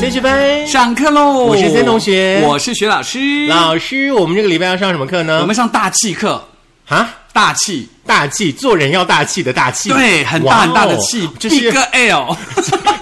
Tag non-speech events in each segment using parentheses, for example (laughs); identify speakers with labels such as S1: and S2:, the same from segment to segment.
S1: C 学分，
S2: 上课喽！
S1: 我是森同学
S2: 我是学呃老师。
S1: 老师，我们这个礼拜要上什么课呢？
S2: 我们上大气课，
S1: 啊，
S2: 大气，
S1: 大气，做人要大气的大气，
S2: 对，很
S1: 哇
S2: 大
S1: 哦
S2: 很大的气
S1: 这
S2: ，Big
S1: 是
S2: (laughs) L。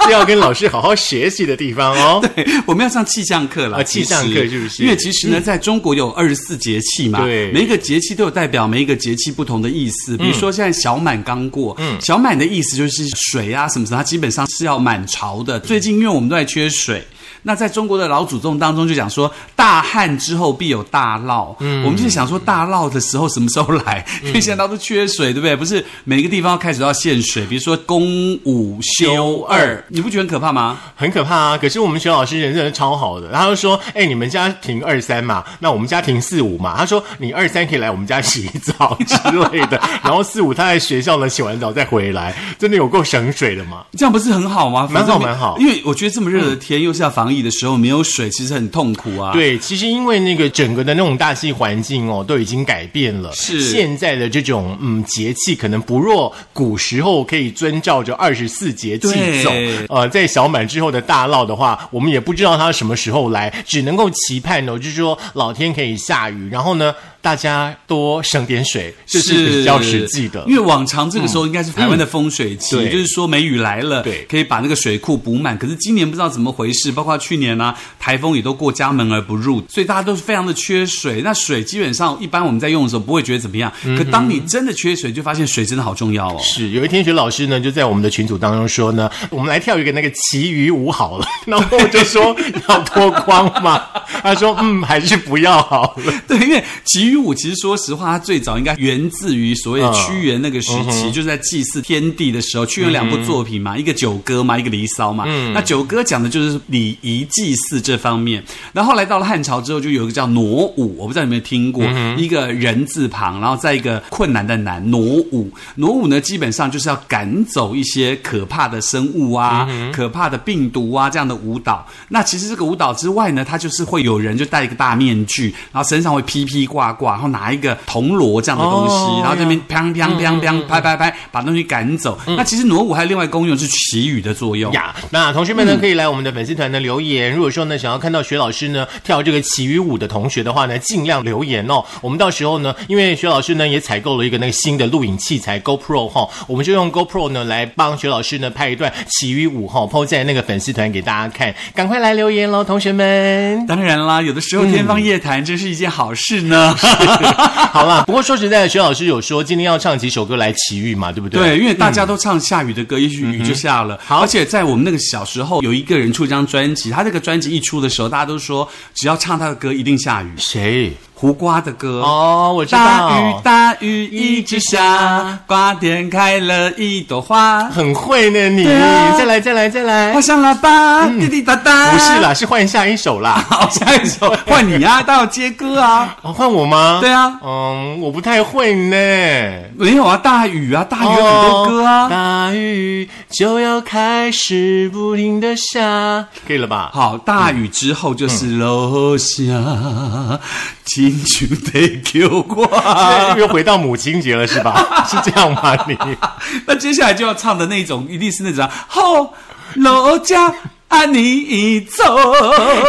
S1: 这要跟老师好好学习的地方哦。
S2: (laughs) 对，我们要上气象课了。
S1: 啊
S2: 其实
S1: 气象课是不是
S2: 因为其实呢，在中国有二十四节气嘛，
S1: 对
S2: 每一个节气都有代表每一个节气不同的意思。比如说现在小满刚过，
S1: 嗯
S2: 小满的意思就是水啊什么什么，它基本上是要满潮
S1: 嗯
S2: 的。最近因为我们都在缺水。那在中国的老祖宗当中就讲说，大旱之后必有大涝。嗯，我们就想说大涝的时候什么时候来？
S1: 嗯
S2: 因为现在大家都缺水，对不对？不是每个地方开始都要限水，比如说公五休二，你不觉得很可怕吗？
S1: 很可怕啊！可是我们学老师人真的超好的，他就说：“哎、你们家停二三嘛，那我们家停四五嘛。”他说：“你二三可以来我们家洗澡之类的，然后四五他在学校呢洗完澡再回来，真的有够省水的嘛？
S2: 这样不是很好吗？
S1: 蛮好
S2: 反正没
S1: 蛮好
S2: 因为我觉得这么热的天，又是要防疫的时候，没有水其实很痛苦啊。，
S1: 对，其实因为那个整个的那种大气环境哦，都已经改变了。
S2: 是
S1: 现在的这种嗯节气，可能不若古时候可以遵照着二十四节气
S2: 对
S1: 走。呃，在小满之后的大涝的话，我们也不知道它什么时候来，只能够期盼哦，就是说老天可以下雨，然后呢，大家多省点水，这是比较实际的
S2: 因。为往常这个时候应该是台湾的风水期，
S1: 嗯对
S2: 就是说梅雨来了，
S1: 对
S2: 可以把那个水库补满。可是今年不知道怎么回事，包括去年啊，台风也都过家门而不入，所以大家都是非常的缺水。那水基本上一般我们在用的时候不会觉得怎么样，
S1: 嗯
S2: 可当你真的缺水，就发现水真的好重要哦。
S1: 是有一天，学老师呢就在我们的群组当中说呢，我们来跳一个那个奇鱼舞好了， (laughs) 然后我就说要脱光嘛， (laughs) 他说嗯还是不要好了， (laughs)
S2: (laughs) 对，因为祈雨舞其实说实话，它最早应该源自于所谓的屈原那个时期，就是在祭祀天地的时候，屈原两部作品嘛，一个九歌嘛，一个离骚嘛。那九歌讲的就是礼仪祭祀这方面。然后后来到了汉朝之后，就有一个叫傩舞，我不知道你有没有听过，一个呃人字旁，然后再一个困难的难，傩舞。傩舞呢，基本上就是要赶走一些可怕的生物啊、
S1: 嗯
S2: 可怕的病毒啊这样的舞蹈。那其实这个舞蹈之外呢，它就是会有人就戴一个大面具，然后身上会披披挂挂，然后拿一个铜锣这样的东西，
S1: 哦嗯
S2: 然后这边砰砰砰砰拍拍拍，把东西赶走。那其实傩舞还有另外功用是祈雨的作用。
S1: 呀，那同学们呢，可以来我们的粉丝团呢留言。如果说呢，想要看到学老师呢跳这个奇鱼舞的同学的话呢，尽量留言哦。我们到时候呢，因为学老师呢也采购了一个那个新的录影器材 GoPro 哈、我们就用 GoPro 呢来帮学老师呢拍一段奇鱼舞哈、抛在那个粉丝团给大家看，赶快来留言喽，同学们。
S2: 当然啦，有的时候天方夜谭真是一件好事呢。
S1: (laughs) 好啦，不过说实在的，徐老师有说今天要唱几首歌来祈雨嘛，对不对？嗯
S2: 对，因为大家都唱下雨的歌，也许雨就下了。
S1: 好
S2: 而且在我们那个小时候，有一个人出一张专辑，他这个专辑一出的时候，大家都说只要唱他的歌一定下雨。
S1: 谁？
S2: 胡瓜的歌。
S1: 哦，我知道，
S2: 大雨大雨一直下，瓜田开了一朵花，
S1: 很会呢你。
S2: 对啊
S1: 再来，再来，再来
S2: 花。上喇叭，滴滴答答。
S1: 哎嗯不 (laughs) 是，啦，是换下一首啦。
S2: 好，下一首换你啊，到接歌啊。
S1: (laughs) 哦，换我吗？
S2: 对啊
S1: 嗯，我不太会呢。
S2: 没有啊，大雨啊，大雨有很多歌
S1: 哦
S2: 啊。
S1: 大雨就要开始不停的下，可以了吧？ (laughs)
S2: 好，大雨之后就是
S1: 嗯
S2: 楼下，亲像得救
S1: (laughs)
S2: 我。
S1: 又回到母亲节了是 (laughs) 吧？是这样吗？你
S2: 那接下来就要唱的那种，一定是那种后楼家安妮已走。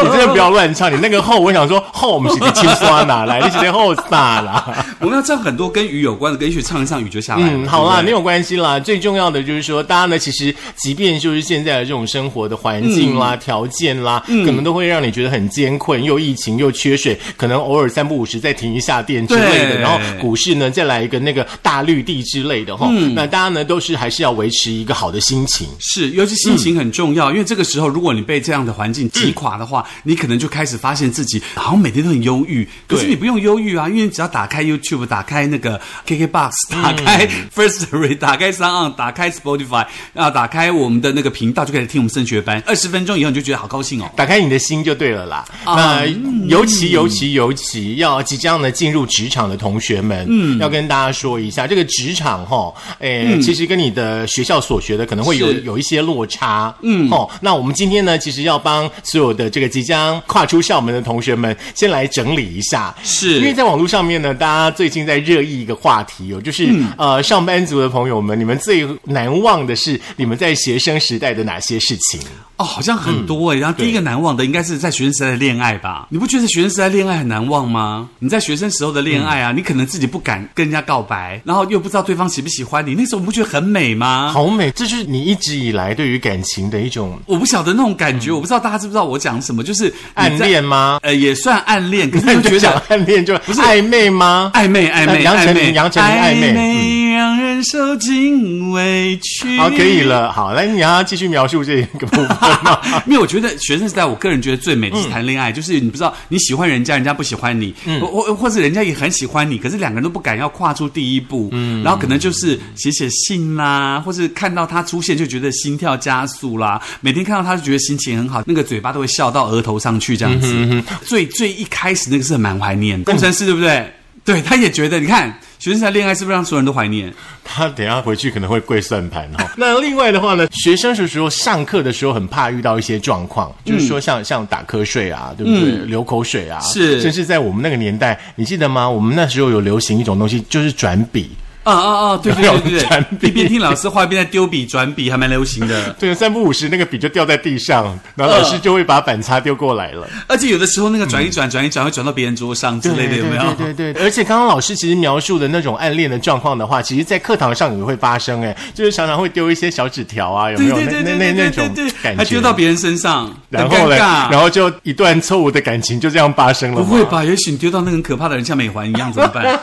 S1: 你真的不要乱唱，你那个后，我想说后我们是在青刷哪来？你是在后撒啦？
S2: 我们要唱很多跟雨有关的歌，也许唱一唱雨就下来了。
S1: 嗯，好啦，
S2: 对
S1: 没有关系啦。最重要的就是说，大家呢，其实即便就是现在的这种生活的环境啦、条件啦，可能都会让你觉得很艰困，又疫情又缺水，可能偶尔三不五时再停一下电之类的。
S2: 对
S1: 然后股市呢，再来一个那个大绿地之类的哈。那大家呢，都是还是要维持一个好的心情。
S2: 是，尤其心情很重要，因为这个时候，如果你被这样的环境击垮的话，你可能就开始发现自己好像每天都很忧郁。可是
S1: 对
S2: 你不用忧郁啊，因为你只要打开 YouTube，打开那个 KKBox，打开 Firstory，、打开 s o n 打开 Spotify，啊，打开我们的那个频道，就可以听我们升学班。二十分钟以后，你就觉得好高兴哦。
S1: 打开你的心就对了啦。那、
S2: 啊
S1: 尤其尤其尤其要即将呢进入职场的同学们，嗯，要跟大家说一下，这个职场哈、诶、其实跟你的学校所学的可能会有
S2: 是
S1: 有一些落差，嗯，哦，那我们今天呢，其实要帮所有的这个即将跨出校门的同学们，先来整理一下，
S2: 是
S1: 因为在网络上面呢，大家最近在热议一个话题哦，就是、呃，上班族的朋友们，你们最难忘的是你们在学生时代的哪些事情？
S2: 哦，好像
S1: 嗯
S2: 很多哎、然后第一个难忘的应该是在学生时代的恋爱吧？你不觉得学生时代恋爱很难忘吗？你在学生时候的恋
S1: 嗯
S2: 爱啊，你可能自己不敢跟人家告白，然后又不知道对方喜不喜欢你，那时候你不觉得很美吗？
S1: 好美，这是你一直以来对于感情的一种
S2: 我不晓得那种感觉，我不知道大家知不知道我讲什么，就是
S1: 嗯暗
S2: 你在，
S1: 恋吗？
S2: 呃，也算暗恋，可是
S1: 那
S2: 又
S1: 你
S2: 觉
S1: 哎 (laughs) 就讲
S2: 得
S1: 暗恋就不哎
S2: 是
S1: 暧昧吗？(laughs)
S2: 暧昧，暧昧，
S1: 杨丞
S2: 暧
S1: 琳
S2: 昧，
S1: 杨丞琳暧昧
S2: 让人受尽委屈。
S1: 好，可以。了。好，来，你还要继续描述这个部分吗？ (laughs)
S2: (laughs) 因为我觉得学生时代，我个人觉得最美的是谈恋爱，就是你不知道你喜欢人家，人家不喜欢你，或、或或者人家也很喜欢你，可是两个人都不敢要跨出第一步，然后可能就是写写信啦，或是看到他出现就觉得心跳加速啦，每天看到他就觉得心情很好，那个嘴巴都会笑到额头上去这样子。最最一开始那个是蛮怀念的，工程师对不对？对，他也觉得，你看学生时代恋爱是不是让所有人都怀念？
S1: 他等一下回去可能会跪算盘哈、哦。那另外的话呢，学生的时候上课的时候很怕遇到一些状况，就是说像像打瞌睡啊，对不对？流口水啊，
S2: 是
S1: 甚至在我们那个年代，你记得吗？我们那时候有流行一种东西，就是转笔。
S2: 啊啊啊！对对对对
S1: 转笔
S2: 对，一边听老师话，一边在丢笔转笔，还蛮流行的。
S1: 对，三不五时那个笔就掉在地上，然后老师就会把板擦丢过来了。
S2: 而且有的时候那个转一转、转一转会转到别人桌上之类的，有没有？
S1: 嗯对对对，而且刚刚老师其实描述的那种暗恋的状况的话，其实，在课堂上也会发生，哎，就是常常会丢一些小纸条啊，有没有？
S2: 对对对
S1: 那那
S2: 对对
S1: 那那
S2: 对
S1: 种
S2: 对对
S1: 感觉，
S2: 还丢到别人身上，很
S1: 然后
S2: 尴
S1: 嘞，
S2: 尬。
S1: 然后就一段错误的感情就这样发生了
S2: 不
S1: 吗？
S2: 会吧？也许你丢到那个很可怕的人，像美环一样，怎么
S1: (laughs)
S2: 办？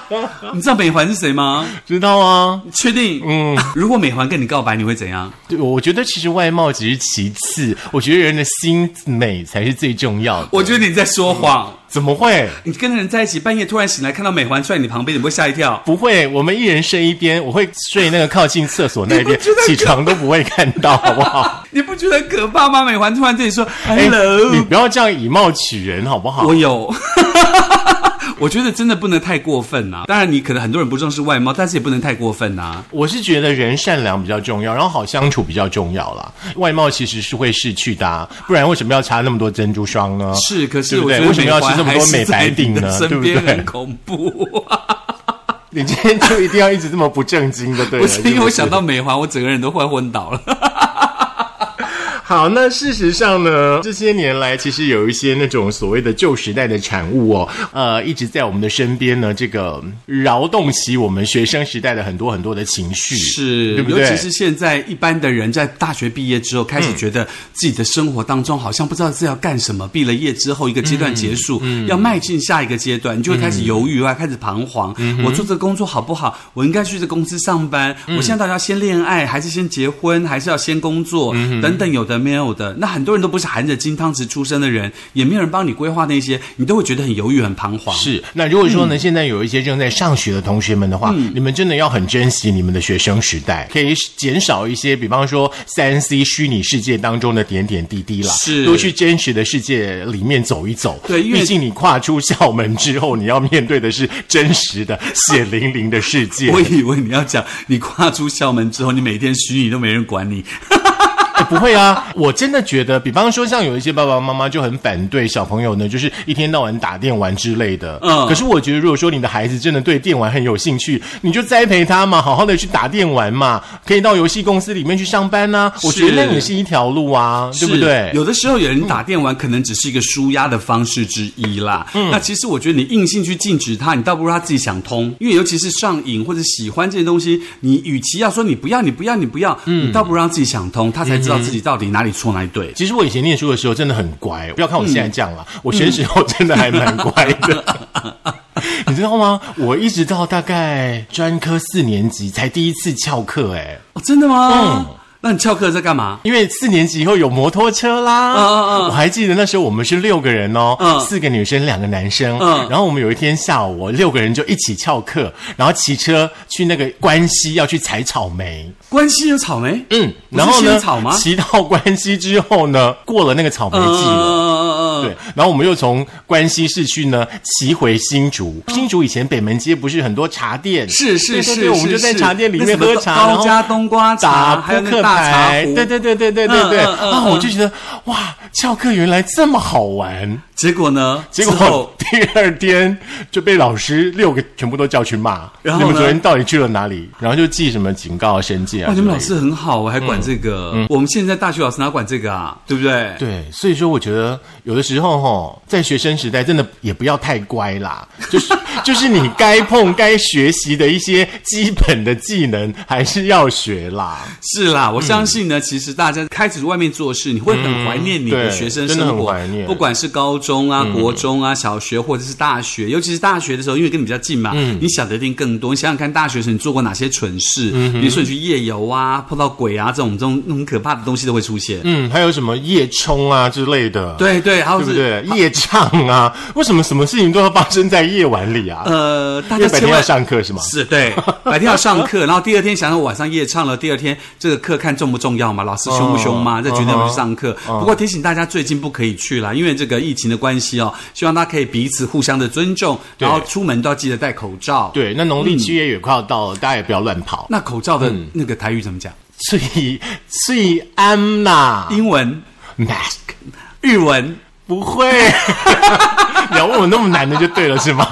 S2: 你知道美环是谁吗？
S1: 知道啊，
S2: 确定？嗯，如果美环跟你告白，你会怎样？
S1: 对，我觉得其实外貌只是其次，我觉得人的心美才是最重要的。
S2: 我觉得你在说谎。
S1: 怎么会？
S2: 你跟人在一起，半夜突然醒来看到美环坐在你旁边，你不会吓一跳？
S1: 不会，我们一人睡一边，我会睡那个靠近厕所那边，起床都不会看到，好不 (laughs) 好？
S2: 你不觉得很可怕吗？美环突然对你说 “hello”，、
S1: 哎你不要这样以貌取人，好不好
S2: 我？有。 (laughs) 我觉得真的不能太过分啊！当然，你可能很多人不重视外貌，但是也不能太过分啊。
S1: 我是觉得人善良比较重要，然后好相处比较重要啦。外貌其实是会逝去的、啊，不然为什么要擦那么多珍珠霜呢？
S2: 是，可是
S1: 啊对不
S2: 我
S1: 对为什
S2: 觉得
S1: 么要吃这么多美
S2: 美
S1: 白
S2: 白
S1: 定呢
S2: 身
S1: 对
S2: 边
S1: 不对
S2: 很恐怖，啊
S1: 你今天就一定要一直这么不正经的，对啊了
S2: 不是因为 (laughs) 我想到美环，我整个人都快昏倒了。
S1: 好，那事实上呢，这些年来其实有一些那种所谓的旧时代的产物哦，呃，一直在我们的身边呢，这个扰动起我们学生时代的很多很多的情绪，对不对？嗯
S2: 尤其是现在一般的人在大学毕业之后，开始觉得自己的生活当中好像不知道自己要干什么。毕了业之后，一个阶段结束，
S1: 嗯
S2: 要迈进下一个阶段，你就会开始犹豫啊，开始彷徨。
S1: 嗯
S2: 我做这个工作好不好？我应该去这公司上班？我现在到底要先恋爱，还是先结婚，还是要先工作？
S1: 嗯
S2: 等等，有的没有的。那很多人都不是含着金汤匙出生的人，也没有人帮你规划那些，你都会觉得很犹豫、很彷徨。
S1: 是，那如果说呢，
S2: 嗯
S1: 现在有一些正在上学的同学们的话，你们真的要很珍惜你们的学生时代，可以减少一些，比方说三 C 虚拟世界当中的点点滴滴啦，
S2: 是
S1: 多去真实的世界里面走一走。
S2: 对因为
S1: 毕竟你跨出校门之后，你要面对的是真实的血淋淋的世界。
S2: 我以为你要讲，你跨出校门之后，你每天虚拟都没人管你，
S1: 哎不会啊，我真的觉得，比方说像有一些爸爸妈妈就很反对小朋友呢，就是一天到晚打电玩之类的。
S2: 嗯
S1: 可是我觉得，如果说你的孩子真的对电玩很有兴趣，你就栽培他嘛，好好的去打电玩嘛，可以到游戏公司里面去上班呐、我觉得那也是一条路啊，对不
S2: 是
S1: 对？
S2: 有的时候有人打电玩，可能只是一个舒压的方式之一啦。那其实我觉得你硬性去禁止他，你倒不如他自己想通。因为尤其是上瘾或者喜欢这些东西，你与其要说你不要，你不要，你不要，你倒不如让自己想通，他才知道自己到底哪里错哪里对。
S1: 其实我以前念书的时候真的很乖，不要看我现在这样了，我学时候真的还蛮乖
S2: (laughs)
S1: 的。你知道吗？我一直到大概专科四年级才第一次翘课、哎。
S2: 哦，真的吗？那你翘课在干嘛？
S1: 因为四年级以后有摩托车啦，
S2: 嗯嗯嗯
S1: 我还记得那时候我们是六个人哦，
S2: 嗯
S1: 四个女生，两个男生，
S2: 嗯
S1: 然后我们有一天下午，我六个人就一起翘课，然后骑车去那个关西要去采草莓，
S2: 关系有草莓？
S1: 嗯，
S2: 不是
S1: 然后呢
S2: 仙草吗，
S1: 骑到关西之后呢，过了那个草莓季
S2: 嗯嗯
S1: 了。
S2: 嗯嗯嗯
S1: 对。然后我们又从关西市区呢骑回新竹，新竹以前北门街不是很多茶店，
S2: 哦是是
S1: 对对对
S2: 是，
S1: 我们
S2: 是
S1: 就在
S2: 是
S1: 茶店里面
S2: 那什么
S1: 喝茶然
S2: 高
S1: 后
S2: 加冬瓜
S1: 打
S2: 茶，还有
S1: 扑
S2: 那
S1: 克
S2: 个大茶
S1: 牌，
S2: 壶，
S1: 对对对对对对对。
S2: 嗯嗯嗯
S1: 啊，
S2: 嗯
S1: 我就觉得哇，翘课原来这么好玩。
S2: 结果呢？
S1: 结
S2: 之后
S1: 果第二天就被老师六个全部都叫去骂，
S2: 然后
S1: 你们
S2: 呢
S1: 昨天到底去了哪里？然后就记什么警告、申诫啊
S2: 哇，
S1: 之
S2: 你
S1: 类的。
S2: 们老师很好，我还管这个。我们现在大学老师哪管这个啊？对不对？
S1: 对，所以说我觉得有的时候吼，在学生时代真的也不要太乖啦，就是就是你该碰该学习的一些基本的技能还是要学啦。
S2: 是
S1: 嗯
S2: 啦，我相信呢，其实大家开始外面做事，你会很怀念你
S1: 嗯对
S2: 的学生生
S1: 真的很
S2: 活
S1: 怀念，嗯
S2: 不管是高中啊、国中啊、小学或者是大学，尤其是大学的时候，因为跟你比较近嘛，
S1: 嗯
S2: 你想的一定更多。你想想看，大学时你做过哪些蠢事？
S1: 嗯
S2: 比如说你去夜游啊、碰到鬼啊这种这种那种可怕的东西都会出现。
S1: 嗯，还有什么夜冲啊之类的，
S2: 对对，还有
S1: 对不
S2: 是
S1: 对？夜唱啊，为什么什么事情都要发生在夜晚里啊？
S2: 呃，大
S1: 因
S2: 家
S1: 为白
S2: 千
S1: 天
S2: 万
S1: 要上课是吗？(laughs)
S2: 是对，白天要上课，然后第二天想到晚上夜唱了，第二天这个课看重不重要嘛，老师凶不凶嘛，
S1: 嗯
S2: 再决定要
S1: 嗯
S2: 不要去上课。不过提醒大家最近不可以去啦，因为这个疫情的关系哦，希望大家可以彼此互相的尊重，
S1: 对
S2: 然后出门都要记得戴口罩。，嗯
S1: 对，那农历七嗯月也快要到了，大家也不要乱跑。
S2: 那口罩的那个台语怎么讲？
S1: 所以，所以安啦
S2: 英文、
S1: mask
S2: 日文。 (laughs)
S1: 不会， (laughs) 你要问我那么难的就对了是吗？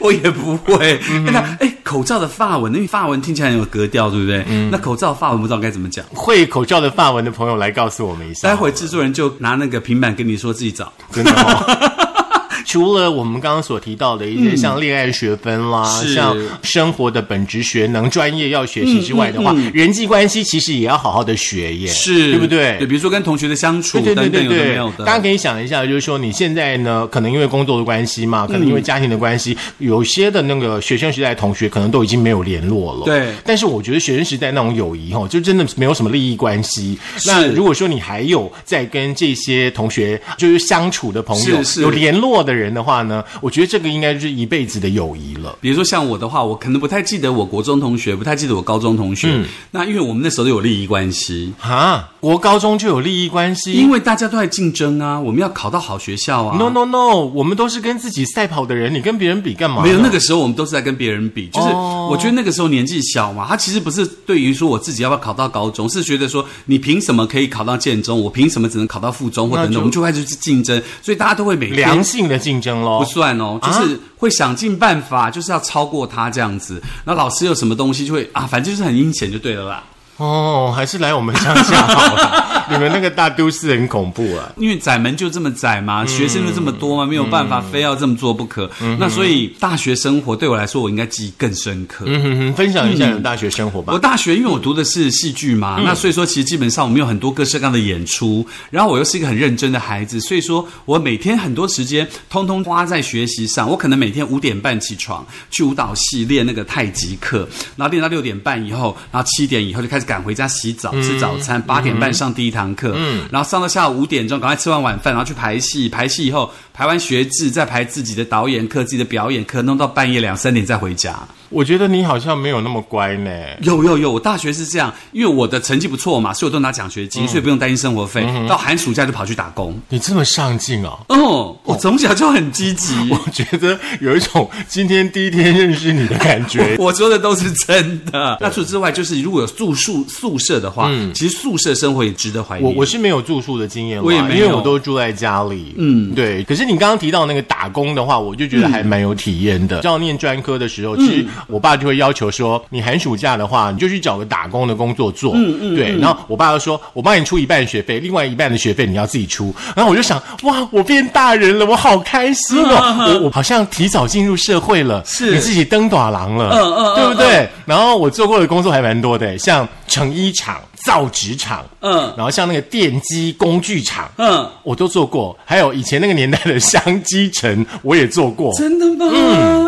S2: 我也不会。
S1: 嗯
S2: 哎那哎，口罩的法文，因为法文听起来很有格调，对不对？
S1: 嗯
S2: 那口罩法文不知道该怎么讲。
S1: 会口罩的发文的朋友来告诉我们一下。
S2: 待会制作人就拿那个平板跟你说自己找。
S1: 真的、
S2: (laughs)
S1: 哦。除了我们刚刚所提到的一些像恋爱学分啦，
S2: 是
S1: 像生活的本职学能、专业要学习之外的话，人际关系其实也要好好的学耶，
S2: 嗯是
S1: 对不对？
S2: 对，比如说跟同学的相处
S1: 对对
S2: 等
S1: 对
S2: 等，有
S1: 对
S2: 的没
S1: 对
S2: 有的。
S1: 大家可以想一下，就是说你现在呢，可能因为工作的关系
S2: 嗯
S1: 嘛，可能因为家庭的关系，有些的那个学生时代的同学可能都已经没有联络了。
S2: 对
S1: 但是我觉得学生时代那种友谊哦，就真的没有什么利益关系。那如果说你还有在跟这些同学就是相处的朋友
S2: 是是
S1: 有联络的人的话呢，我觉得这个应该就是一辈子的友谊了。
S2: 比如说像我的话，我可能不太记得我国中同学，不太记得我高中同学。
S1: 嗯
S2: 那因为我们那时候都有利益关系，
S1: 哈，国高中就有利益关
S2: 因
S1: 系。
S2: 为大家都在竞争啊，我们要考到好学校啊。
S1: No no no，我们都是跟自己赛跑的人，你跟别人比干嘛呢？
S2: 没有，那个时候我们都是在跟别人比，就是
S1: 哦
S2: 我觉得那个时候年纪小嘛，他其实不是对于说我自己要不要考到高中，是觉得说你凭什么可以考到建中，我凭什么只能考到附中或等
S1: 那就
S2: 等，我们就开始去竞争，所以大家都会每天
S1: 良性的竞争喽
S2: 不。算哦，就是会想尽办法，就是要超过他这样子。那老师有什么东西就会啊，反正就是很阴险就对了啦。
S1: 哦，还是来我们乡下好了。你们那个大都市很恐怖啊。
S2: 因为窄门就这么窄嘛，学生就这么多嘛，没有办法，非要这么做不可。那所以大学生活对我来说，我应该记忆更深刻。
S1: 嗯哼哼，分享一下你的大学生活吧
S2: 我。大学因为我读的是戏剧嘛，那所以说其实基本上我们有很多各式各样的演出，然后我又是一个很认真的孩子，所以说我每天很多时间通通花在学习上。我可能每天五点半起床去舞蹈系练那个太极课，然后练到六点半以后，然后七点以后就开始赶回家洗澡、吃早餐，八点半上第一堂课，然后上到下午五点钟，赶快吃完晚饭，然后去排戏，排戏以后排完学制，再排自己的导演课、自己的表演课，弄到半夜两三点再回家。
S1: 我觉得你好像没有那么乖呢。
S2: 有有有，我大学是这样，因为我的成绩不错嘛，所以我都拿奖学
S1: 嗯
S2: 金，所以不用担心生活费。到寒暑假就跑去打工。
S1: 你这么上进嗯哦。
S2: 哦，我从小就很积极。
S1: 我觉得有一种今天第一天认识你的感觉。
S2: (laughs) 我说的都是真的。那除此之外，就是如果有住宿宿舍的话，其实宿舍生活也值得怀念。
S1: 嗯我我是没有住宿的经验啦，
S2: 我也没
S1: 因
S2: 有
S1: 为我都住在家里。嗯，对。可是你刚刚提到那个打工的话，我就觉
S2: 嗯
S1: 得还蛮有体验的。要念专科的时候，其实我爸就会要求说，你寒暑假的话，你就去找个打工的工作做。嗯嗯。对，然后我爸就说，我帮你出一半学费，另外一半的学费你要自己出。然后我就想，哇，我变大人了，我好开心哦！我我好像提早进入社会了，
S2: 嗯是
S1: 你自己登短廊了，
S2: 嗯嗯嗯
S1: 对不对？然后我做过的工作还蛮多的，像成衣厂、造纸厂，
S2: 嗯
S1: 然后像那个电机工具厂，
S2: 嗯，
S1: 我都做过，还有以前那个年代的香积城，我也做过，
S2: 真的吗？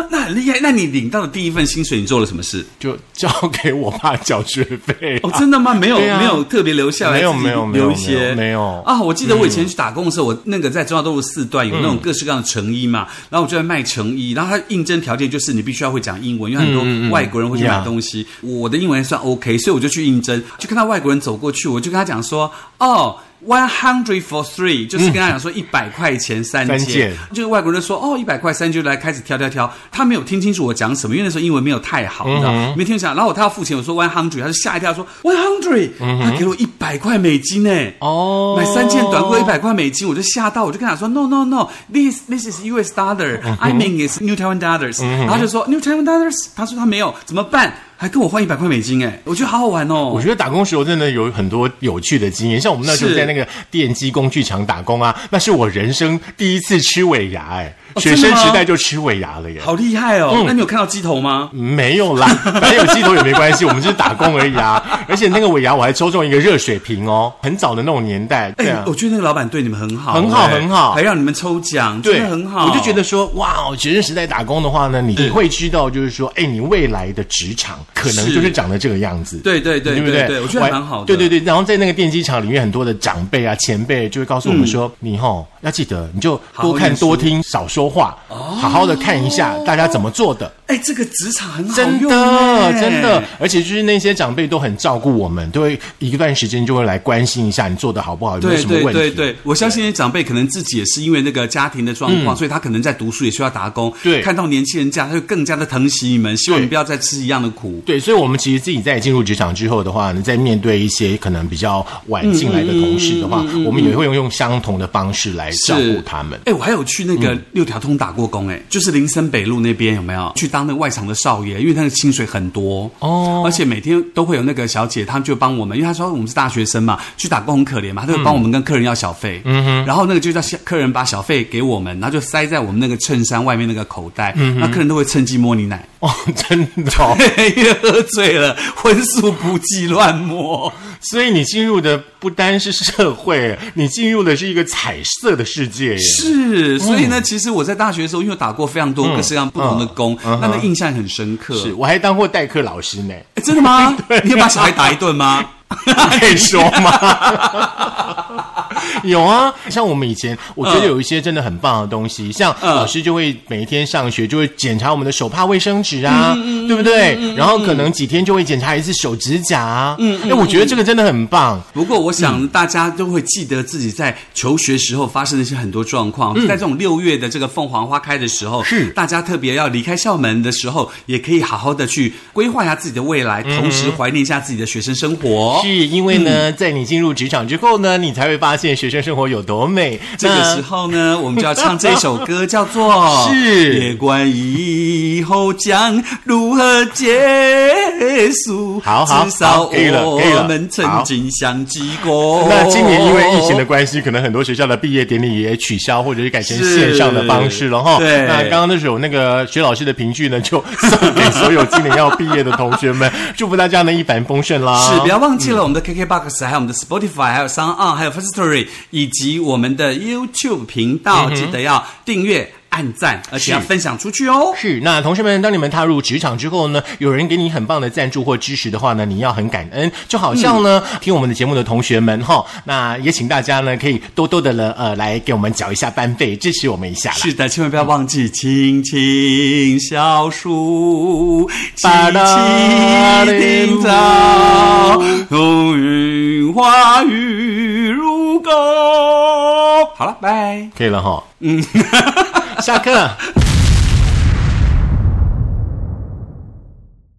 S2: 那很厉害。那你领到的第一份薪水，你做了什么事？
S1: 就交给我爸缴学费、
S2: 哦，真的吗？没有，
S1: 对啊
S2: 没有特别留下来，
S1: 没有
S2: 自己
S1: 没有没有
S2: 留一些，
S1: 没有没有嗯
S2: 啊！我记得我以前去打工的时候，我那个在中央东路四段有那种各式各样的成衣嘛，然后我就在卖成衣，然后它应征条件就是你必须要会讲英文，因为很
S1: 嗯
S2: 多外国人会去
S1: 呀
S2: 买东西，我的英文还算 OK，所以我就去应征，就看到外国人走过去，我就跟他讲说，哦。 one hundred for three，就是跟他
S1: 嗯
S2: 讲说一百块钱三
S1: 三
S2: 件
S1: 件，
S2: 就是外国人说哦一百块三件，就来开始挑挑挑，他没有听清楚我讲什么，因为那时候英文没有太
S1: 嗯
S2: 好，你知道，没听讲。然后我他要付钱，我说 one hundred，他就吓一跳说 one hundred，他给我一百块美金哎，
S1: 嗯哦
S2: 买三件短裤一百块美金，我就吓到，我就跟他讲说 no no no，this this is US
S1: 嗯
S2: dollar，I mean is New Taiwan dollars，然后他就说 New Taiwan dollars，他说他没有，怎么办？还跟我换一百块美金哎，我觉得好好玩哦，
S1: 我觉得打工时候真的有很多有趣的经验，像我们那时候
S2: 是
S1: 在那个电机工具厂打工啊，那是我人生第一次吃尾牙、哎、
S2: 哦
S1: 学
S2: 真
S1: 生
S2: 的吗
S1: 时代就吃尾牙了耶。
S2: 好厉害
S1: 嗯
S2: 哦！那你有看到鸡头吗？
S1: 没有
S2: (laughs)
S1: 啦，反正有鸡头也没关系，我们就是打工而已啊。而且那个尾牙我还抽中一个热水瓶哦，很早的那种年代，
S2: 哎、
S1: 对啊。
S2: 我觉得那个老板对你们很好，
S1: 很好
S2: 哎
S1: 很好
S2: 还让你们抽奖，
S1: 对
S2: 真的很好。
S1: 我就觉得说，哇，学生时代打工的话呢，你会知道，就是说，哎，你未来的职场可能
S2: 是
S1: 就是长得这个样子。
S2: 对对对
S1: 对不
S2: 对
S1: 对？
S2: 对我觉得
S1: 还
S2: 蛮好的
S1: 对对对，然后在那个电机厂里面，很多的长辈啊、前辈就会告诉我们说：“你吼、要记得，你就
S2: 好
S1: 多
S2: 好
S1: 看、
S2: 念书
S1: 多听、少说话，
S2: 嗯
S1: 好好的看一下大家怎么做的。”
S2: 哎、这个职场很好
S1: 真
S2: 哦用
S1: 的，
S2: 哎
S1: 真的，而且就是那些长辈都很照顾我们，都会一段时间就会来关心一下你做的好不好，有没有
S2: 对
S1: 什么问
S2: 对
S1: 题。
S2: 对对，我相信那些长辈可能自己也是因为那个家庭的状况，所以他可能在读书也需要打工。
S1: 嗯对
S2: 看到年轻人这样，他就更加的疼惜你们，希望你
S1: 对
S2: 不要再吃一样的苦。
S1: 对，所以，我们其实自己在进入职场之后的话呢，在面对一些可能比较晚进来的同事的话，我们也会用用相同的方式来照顾他们 (laughs)
S2: 哎、。我还有去那个六条通打过工、哎、就是林森北路那边有没有去当那个外场的少爷？因为他的薪水很多
S1: 哦
S2: 而且每天都会有那个小姐，她们就帮我们，因为她说我们是大学生嘛，去打工很可怜嘛，她就帮我们跟客人要小费，嗯哼，然后那个就叫小客人把小费给我们，然后就塞在我们那个衬衫外面那个口袋，嗯，那客人都会趁机摸你奶， (laughs)
S1: 哦，真的、哦，
S2: 因为喝醉了，荤素不忌乱摸。
S1: 所以你进入的不单是社会，你进入的是一个彩色的世界耶。
S2: 是，所以呢，其实我在大学的时候，因为我打过非常多各式各样不同的工，那那印象很深刻。
S1: 是，我还当过代课老师呢，
S2: 诶真
S1: (laughs)
S2: 的吗？
S1: 啊
S2: 你有把小孩打一顿吗？
S1: 可以说吗？ (laughs) 有啊，像我们以前，我觉得有一些真的很棒的东西，像
S2: 嗯
S1: 老师就会每一天上学就会检查我们的手帕、卫生纸啊，对不对？然后可能几天就会检查一次手指甲啊。嗯，哎，我觉得这个真的很棒。
S2: 不过我想大家都会记得自己在求学时候发生的一些很多状况，在这种六月的这个凤凰花开的时候，
S1: 嗯是
S2: 大家特别要离开校门的时候，也可以好好的去规划一下自己的未来，同时怀念一下自己的学生生活。
S1: 嗯是因为呢，在你进入职场之后呢，你才会发现学生生活有多美。
S2: (laughs) 这个
S1: 那
S2: 时候呢，我们就要唱这首歌，叫做
S1: 是
S2: 别管以后将如何结束，
S1: 好好
S2: 至少
S1: 好可以了可以
S2: 我
S1: 了
S2: 们曾
S1: 好
S2: 经相聚过。 (laughs)
S1: 那今年因为疫情的关系，可能很多学校的毕业典礼也取消，或者是改成线上的方式了哈。
S2: 是对
S1: 那刚刚那首那个薛老师的评剧呢，就送给所有今年要毕业的同学们，祝福大家呢一帆风顺啦。
S2: 是，不要忘记
S1: 嗯
S2: 了我们的 KKBOX，、还有我们的 Spotify，还有 s o n g On，还有 First Story，以及我们的 YouTube 频
S1: 嗯
S2: 道，记得要订阅、按赞，而且要分享出去哦。
S1: 是，那同学们，当你们踏入职场之后呢，有人给你很棒的赞助或支持的话呢，你要很感恩。就好像呢，
S2: 嗯
S1: 听我们的节目的同学们哈，那也请大家呢可以多多的呢呃来给我们缴一下班费，支持我们一下啦。
S2: 是的，千万不要忘记青青小树，萋
S1: 巴拉
S2: 萋叮当，红云花雨如钩。好了，拜。
S1: (laughs) 可以了哈。嗯，下课。